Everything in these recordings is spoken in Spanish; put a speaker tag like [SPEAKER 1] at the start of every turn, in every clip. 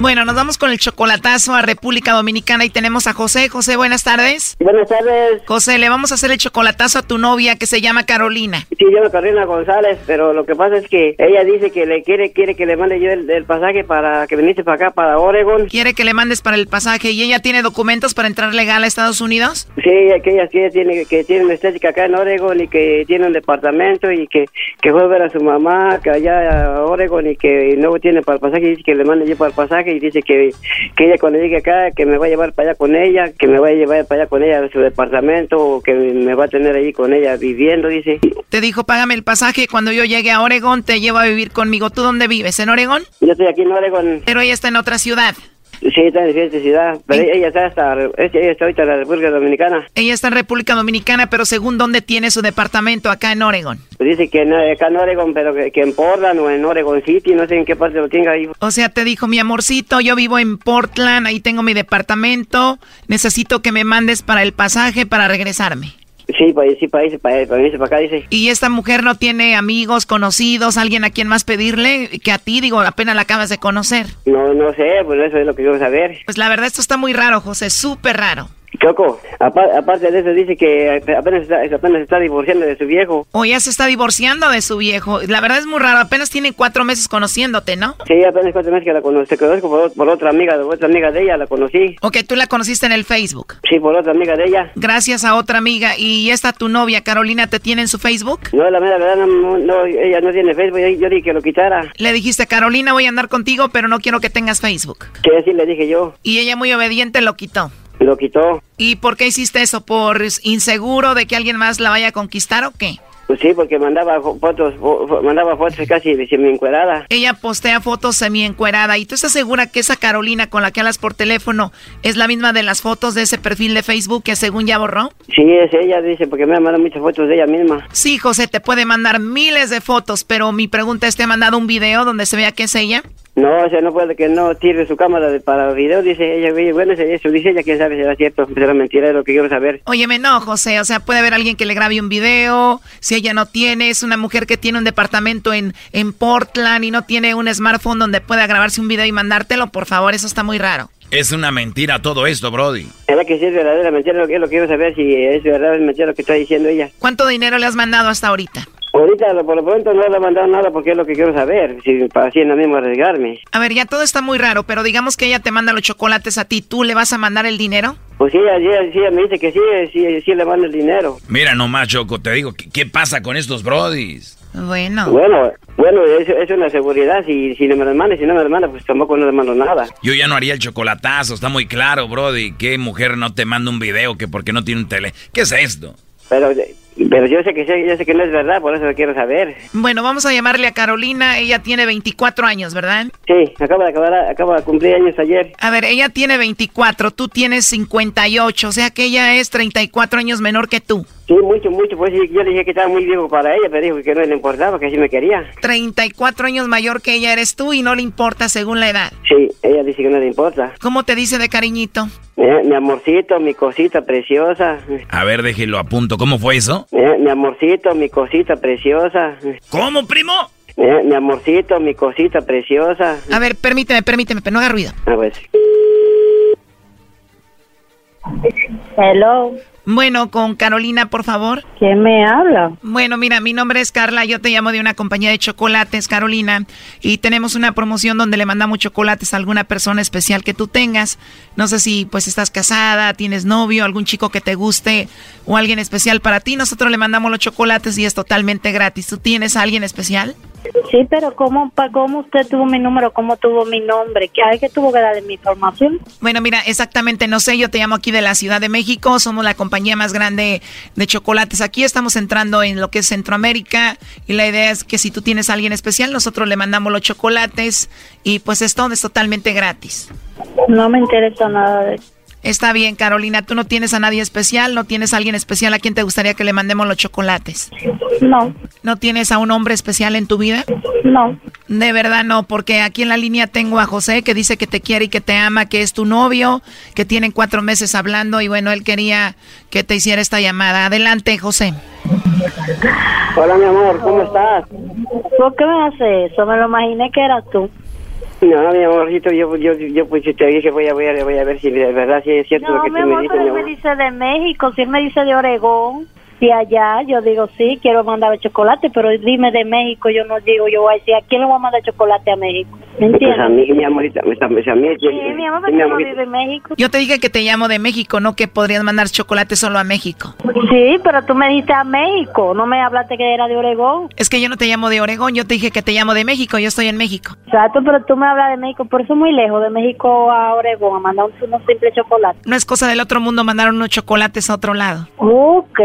[SPEAKER 1] Bueno, nos vamos con el chocolatazo a República Dominicana y tenemos a José. José, buenas tardes.
[SPEAKER 2] Buenas tardes.
[SPEAKER 1] José, le vamos a hacer el chocolatazo a tu novia que se llama Carolina.
[SPEAKER 2] Sí, yo llamo Carolina González, pero lo que pasa es que ella dice que le quiere quiere que le mande yo el, el pasaje para que veniste para acá, para Oregon.
[SPEAKER 1] Quiere que le mandes para el pasaje y ella tiene documentos para entrar legal a Estados Unidos.
[SPEAKER 2] Sí, ella- que ella, que ella tiene que tiene una estética acá en Oregon y que tiene un departamento y que, que fue a ver a su mamá que allá a Oregon y que luego tiene para el pasaje y dice que le mande yo para el pasaje y dice que, que ella cuando llegue acá que me va a llevar para allá con ella, que me va a llevar para allá con ella a su departamento o que me va a tener ahí con ella viviendo, dice.
[SPEAKER 1] Te dijo, págame el pasaje cuando yo llegue a Oregón, te llevo a vivir conmigo. ¿Tú dónde vives? ¿En Oregón?
[SPEAKER 2] Yo estoy aquí en Oregon.
[SPEAKER 1] Pero ella está en otra ciudad.
[SPEAKER 2] Sí, está en diferente ciudad, pero ella está hasta, ella está ahorita en la República Dominicana.
[SPEAKER 1] Ella está en República Dominicana, pero según dónde tiene su departamento acá en Oregón.
[SPEAKER 2] Pues dice que en, acá en Oregon, pero que, que en Portland o en Oregon City, no sé en qué parte lo tenga ahí.
[SPEAKER 1] O sea, te dijo, mi amorcito, yo vivo en Portland, ahí tengo mi departamento, necesito que me mandes para el pasaje para regresarme.
[SPEAKER 2] Sí, para sí, para irse para, para, irse para acá, dice.
[SPEAKER 1] Y esta mujer no tiene amigos, conocidos, alguien a quien más pedirle que a ti, digo, apenas la acabas de conocer.
[SPEAKER 2] No, no sé, pues eso es lo que quiero saber.
[SPEAKER 1] Pues la verdad esto está muy raro, José, súper raro.
[SPEAKER 2] Choco, apa- aparte de eso, dice que apenas está, apenas está divorciando de su viejo.
[SPEAKER 1] O ya se está divorciando de su viejo. La verdad es muy raro, apenas tiene cuatro meses conociéndote, ¿no?
[SPEAKER 2] Sí, apenas cuatro meses que la conocí, que conozco por, por otra amiga, de otra amiga de ella, la conocí.
[SPEAKER 1] Ok, tú la conociste en el Facebook.
[SPEAKER 2] Sí, por otra amiga de ella.
[SPEAKER 1] Gracias a otra amiga. ¿Y esta tu novia, Carolina, te tiene en su Facebook?
[SPEAKER 2] No, la mera verdad, no, no, ella no tiene Facebook, yo, yo dije que lo quitara.
[SPEAKER 1] Le dijiste, Carolina, voy a andar contigo, pero no quiero que tengas Facebook.
[SPEAKER 2] Sí, así le dije yo,
[SPEAKER 1] Y ella muy obediente lo quitó.
[SPEAKER 2] lo quitó.
[SPEAKER 1] ¿Y por qué hiciste eso? ¿Por inseguro de que alguien más la vaya a conquistar o qué?
[SPEAKER 2] Pues sí, porque mandaba fo- fotos, fo- fo- mandaba fotos casi de semi encuerada.
[SPEAKER 1] Ella postea fotos semi encuerada y tú estás segura que esa Carolina con la que hablas por teléfono es la misma de las fotos de ese perfil de Facebook que según ya borró.
[SPEAKER 2] Sí, es ella, dice, porque me ha mandado muchas fotos de ella misma.
[SPEAKER 1] Sí, José, te puede mandar miles de fotos, pero mi pregunta es, ¿te ha mandado un video donde se vea que es ella?
[SPEAKER 2] No, o sea, no puede que no tire su cámara de, para video, dice ella, oye, bueno, es eso dice ella, quién sabe si será cierto, será mentira, es lo que quiero saber.
[SPEAKER 1] Óyeme, no, José, o sea, puede haber alguien que le grabe un video, si ella no tiene, es una mujer que tiene un departamento en, en Portland y no tiene un smartphone donde pueda grabarse un video y mandártelo, por favor, eso está muy raro.
[SPEAKER 3] Es una mentira todo esto, Brody.
[SPEAKER 2] ¿Será que sí es verdadera mentira? Lo que es lo que quiero saber, si es verdadera mentira lo que está diciendo ella.
[SPEAKER 1] ¿Cuánto dinero le has mandado hasta ahorita?
[SPEAKER 2] Ahorita, lo- por lo pronto, no le ha mandado nada porque es lo que quiero saber, si para así en la misma arriesgarme.
[SPEAKER 1] A ver, ya todo está muy raro, pero digamos que ella te manda los chocolates a ti, ¿tú le vas a mandar el dinero?
[SPEAKER 2] Pues sí, ella, ella- sí, ella me dice que sí, sí, sí le manda el dinero.
[SPEAKER 3] Mira nomás, Choco, te digo, ¿qué, qué pasa con estos Brodis?
[SPEAKER 1] Bueno,
[SPEAKER 2] Bueno, bueno, es, es una seguridad, si, si no me lo manda, si no me lo manda, pues tampoco no le mando nada.
[SPEAKER 3] Yo ya no haría el chocolatazo, está muy claro, Brody. ¿Qué mujer no te manda un video que porque no tiene un tele? ¿Qué es esto?
[SPEAKER 2] Pero eh, Pero yo sé que sé- yo sé que no es verdad, por eso lo quiero saber.
[SPEAKER 1] Bueno, vamos a llamarle a Carolina. Ella tiene 24 años, ¿verdad?
[SPEAKER 2] Sí, acaba de acabar, acaba de cumplir años ayer.
[SPEAKER 1] A ver, ella tiene 24, tú tienes 58, o sea que ella es 34 años menor que tú.
[SPEAKER 2] Sí, mucho, mucho, pues sí, yo le dije que estaba muy viejo para ella, pero dijo que no le importaba, que sí me quería.
[SPEAKER 1] 34 años mayor que ella eres tú y no le importa según la edad.
[SPEAKER 2] Sí, ella dice que no le importa.
[SPEAKER 1] ¿Cómo te dice de cariñito?
[SPEAKER 2] Eh, mi amorcito, mi cosita preciosa.
[SPEAKER 3] A ver, déjelo a punto. ¿Cómo fue eso?
[SPEAKER 2] Eh, mi amorcito, mi cosita preciosa.
[SPEAKER 3] ¿Cómo, primo?
[SPEAKER 2] Eh, mi amorcito, mi cosita preciosa.
[SPEAKER 1] A ver, permíteme, permíteme, pero no haga ruido.
[SPEAKER 2] Ah, pues.
[SPEAKER 4] Hello,
[SPEAKER 1] Bueno, con Carolina, por favor.
[SPEAKER 4] ¿quién me habla?
[SPEAKER 1] Bueno, mira, mi nombre es Carla, yo te llamo de una compañía de chocolates, Carolina, y tenemos una promoción donde le mandamos chocolates a alguna persona especial que tú tengas. No sé si pues estás casada, tienes novio, algún chico que te guste o alguien especial para ti. Nosotros le mandamos los chocolates y es totalmente gratis. ¿Tú tienes a alguien especial?
[SPEAKER 4] Sí, pero ¿cómo, pa- cómo usted tuvo mi número? ¿Cómo tuvo mi nombre? ¿Qué hay que tuvo que darle mi información?
[SPEAKER 1] Bueno, mira, exactamente, no sé, yo te llamo aquí de la Ciudad de México, somos la compañía más grande de chocolates. Aquí estamos entrando en lo que es Centroamérica y la idea es que si tú tienes a alguien especial, nosotros le mandamos los chocolates y pues esto es totalmente gratis.
[SPEAKER 4] No me interesa nada de eso.
[SPEAKER 1] Está bien, Carolina, tú no tienes a nadie especial, no tienes a alguien especial a quien te gustaría que le mandemos los chocolates.
[SPEAKER 4] No,
[SPEAKER 1] ¿No tienes a un hombre especial en tu vida?
[SPEAKER 4] no.
[SPEAKER 1] De verdad no, porque aquí en la línea tengo a José que dice que te quiere y que te ama, que es tu novio, que tienen cuatro meses hablando y bueno, él quería que te hiciera esta llamada. Adelante, José.
[SPEAKER 2] Hola, mi amor, ¿cómo estás?
[SPEAKER 4] ¿Por qué me hace eso? Me lo imaginé que eras tú.
[SPEAKER 2] No, mi amorcito, yo, yo, yo pues te dije, voy a, voy a, voy a ver si de verdad sí es cierto lo
[SPEAKER 4] No,
[SPEAKER 2] que
[SPEAKER 4] mi
[SPEAKER 2] tú me
[SPEAKER 4] amor,
[SPEAKER 2] dices,
[SPEAKER 4] pero
[SPEAKER 2] mi
[SPEAKER 4] él me
[SPEAKER 2] amor.
[SPEAKER 4] dice de México, si él me dice de Oregón, de allá, yo digo sí, quiero mandar chocolate, pero dime de México, yo no digo, yo voy a decir, ¿a quién le voy a mandar chocolate a México?
[SPEAKER 2] Pues
[SPEAKER 4] ¿Me
[SPEAKER 2] a
[SPEAKER 4] entiendes?
[SPEAKER 2] mí, mi amorita, pues a mí, a mí,
[SPEAKER 4] Sí, mi amor, pero
[SPEAKER 2] mi
[SPEAKER 4] yo no
[SPEAKER 2] amorcito.
[SPEAKER 4] vivo en México.
[SPEAKER 1] Yo te dije que te llamo de México, no que podrías mandar chocolate solo a México.
[SPEAKER 4] Sí, pero tú me dijiste a México, no me hablaste que era de Oregón.
[SPEAKER 1] Es que yo no te llamo de Oregón, yo te dije que te llamo de México, yo estoy en México.
[SPEAKER 4] Exacto, pero tú me hablas de México, por eso es muy lejos, de México a Oregón, a mandar un, un simple chocolate.
[SPEAKER 1] No es cosa del otro mundo mandar unos chocolates a otro lado.
[SPEAKER 4] Ok,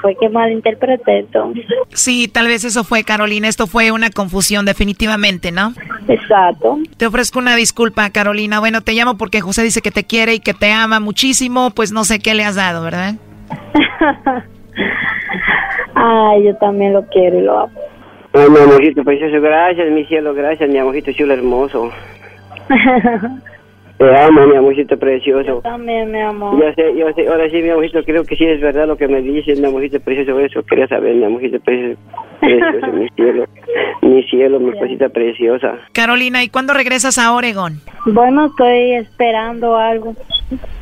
[SPEAKER 4] fue que malinterpreté entonces.
[SPEAKER 1] Sí, tal vez eso fue, Carolina, esto fue una confusión definitivamente, ¿no?
[SPEAKER 4] Exacto.
[SPEAKER 1] Te ofrezco una disculpa, Carolina. Bueno, te llamo porque José dice que te quiere y que te ama muchísimo, pues no sé qué le has dado, ¿verdad?
[SPEAKER 4] Ay, yo también lo quiero y lo amo.
[SPEAKER 2] Ay, mi amorcito precioso, gracias, mi cielo, gracias, mi amorcito chulo hermoso. Te amo, mi amorcito precioso.
[SPEAKER 4] también, mi amor.
[SPEAKER 2] Yo sé, yo sé, ahora sí, mi amorcito, creo que sí es verdad lo que me dices, mi amorcito precioso, eso quería saber, mi amorcito precioso, precioso, mi cielo, mi cielo, mi cosita preciosa.
[SPEAKER 1] Carolina, ¿y cuándo regresas a Oregón?
[SPEAKER 4] Bueno, estoy esperando algo.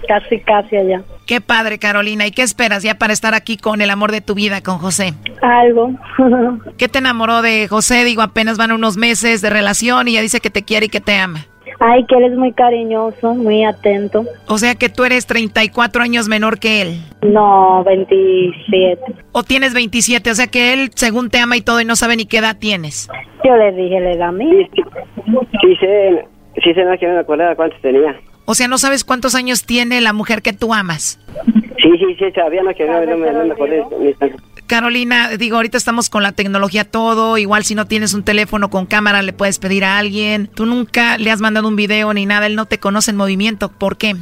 [SPEAKER 4] Casi, casi allá.
[SPEAKER 1] Qué padre, Carolina. ¿Y qué esperas ya para estar aquí con el amor de tu vida, con José?
[SPEAKER 4] Algo.
[SPEAKER 1] ¿Qué te enamoró de José? Digo, apenas van unos meses de relación y ya dice que te quiere y que te ama.
[SPEAKER 4] Ay, que él es muy cariñoso, muy atento.
[SPEAKER 1] O sea que tú eres 34 años menor que él.
[SPEAKER 4] No, 27.
[SPEAKER 1] O tienes 27, o sea que él, según te ama y todo, y no sabe ni qué edad tienes.
[SPEAKER 4] Yo le dije, le da a mí.
[SPEAKER 2] Sí, sí, sí sé, sí sé, no que no me acordaba cuántos tenía.
[SPEAKER 1] O sea, no sabes cuántos años tiene la mujer que tú amas.
[SPEAKER 2] Sí, sí, sí, sabía, no que no, no me, no me acordé. ni tanto.
[SPEAKER 1] Carolina, digo, ahorita estamos con la tecnología todo, igual si no tienes un teléfono con cámara le puedes pedir a alguien. Tú nunca le has mandado un video ni nada, él no te conoce en movimiento, ¿por qué?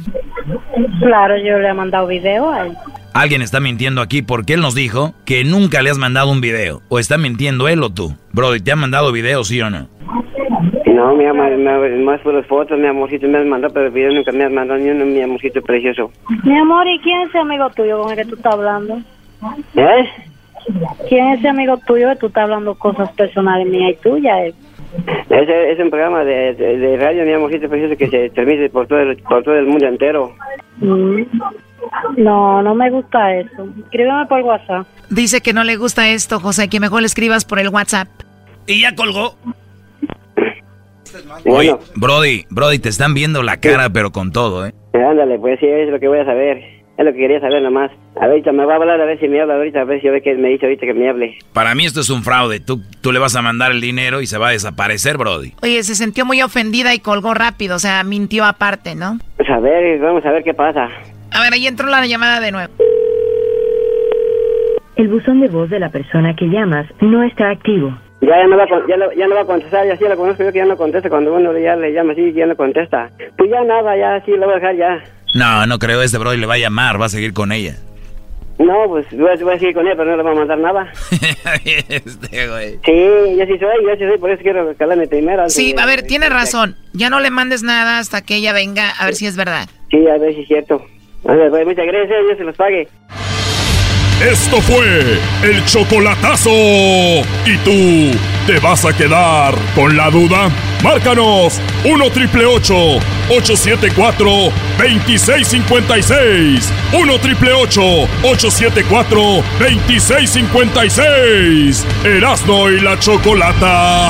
[SPEAKER 4] Claro, yo le he mandado video a él.
[SPEAKER 3] Alguien está mintiendo aquí porque él nos dijo que nunca le has mandado un video. O está mintiendo él o tú. Brody, ¿te han mandado videos, sí o no?
[SPEAKER 2] No, mi amor, mi amor, más por las fotos, mi amorcito me has mandado, pero el video nunca me has mandado ni uno, mi amorcito precioso.
[SPEAKER 4] Mi amor, ¿y quién es ese amigo tuyo con el que tú estás hablando?
[SPEAKER 2] ¿Eh?
[SPEAKER 4] ¿Quién es ese amigo tuyo que tú estás hablando cosas personales mías y tuyas? eh?
[SPEAKER 2] Ese es un programa de, de- de radio, mi amorcito precioso, que se transmite por todo el, por todo el mundo entero.
[SPEAKER 4] Mm. No, no me gusta eso. Escríbeme por WhatsApp.
[SPEAKER 1] Dice que no le gusta esto, José, que mejor le escribas por el WhatsApp.
[SPEAKER 3] Y ya colgó. Oye,
[SPEAKER 2] Bueno,
[SPEAKER 3] Brody, Brody, te están viendo la cara, pero con todo, ¿eh?
[SPEAKER 2] ándale, pues sí, es lo que voy a saber. Es lo que quería saber nomás. Ahorita me va a hablar, a ver si me habla ahorita, a ver si ve que me dice ahorita que me hable.
[SPEAKER 3] Para mí esto es un fraude. Tú, tú le vas a mandar el dinero y se va a desaparecer, Brody.
[SPEAKER 1] Oye, se sintió muy ofendida y colgó rápido, o sea, mintió aparte, ¿no?
[SPEAKER 2] Pues a ver, vamos a ver qué pasa.
[SPEAKER 1] A ver, ahí entró la llamada de nuevo.
[SPEAKER 5] El buzón de voz de la persona que llamas no está activo.
[SPEAKER 2] Ya, ya, no va, a con- ya, lo- ya no va a contestar, ya sí la conozco yo que ya no contesta. Cuando uno ya le llama así, ya no contesta. Pues ya nada, ya sí, lo voy a dejar ya.
[SPEAKER 3] No, no creo, este Brody le va a llamar, va a seguir con ella.
[SPEAKER 2] No, pues voy, a- voy a seguir con ella, pero no le voy a mandar nada.
[SPEAKER 3] este güey.
[SPEAKER 2] Sí, yo sí soy, yo sí soy, por eso quiero calarme primero. antes
[SPEAKER 1] Sí,
[SPEAKER 2] de-
[SPEAKER 1] a ver, tiene razón. Ya no le mandes nada hasta que ella venga a ver si es verdad.
[SPEAKER 2] Sí, a ver si es cierto. A ver, pues, muchas gracias, Dios se los pague.
[SPEAKER 6] Esto fue el chocolatazo. ¿Y tú te vas a quedar con la duda? Márcanos 1 triple 874 2656. 1 triple 874 2656. Erasno y la chocolata.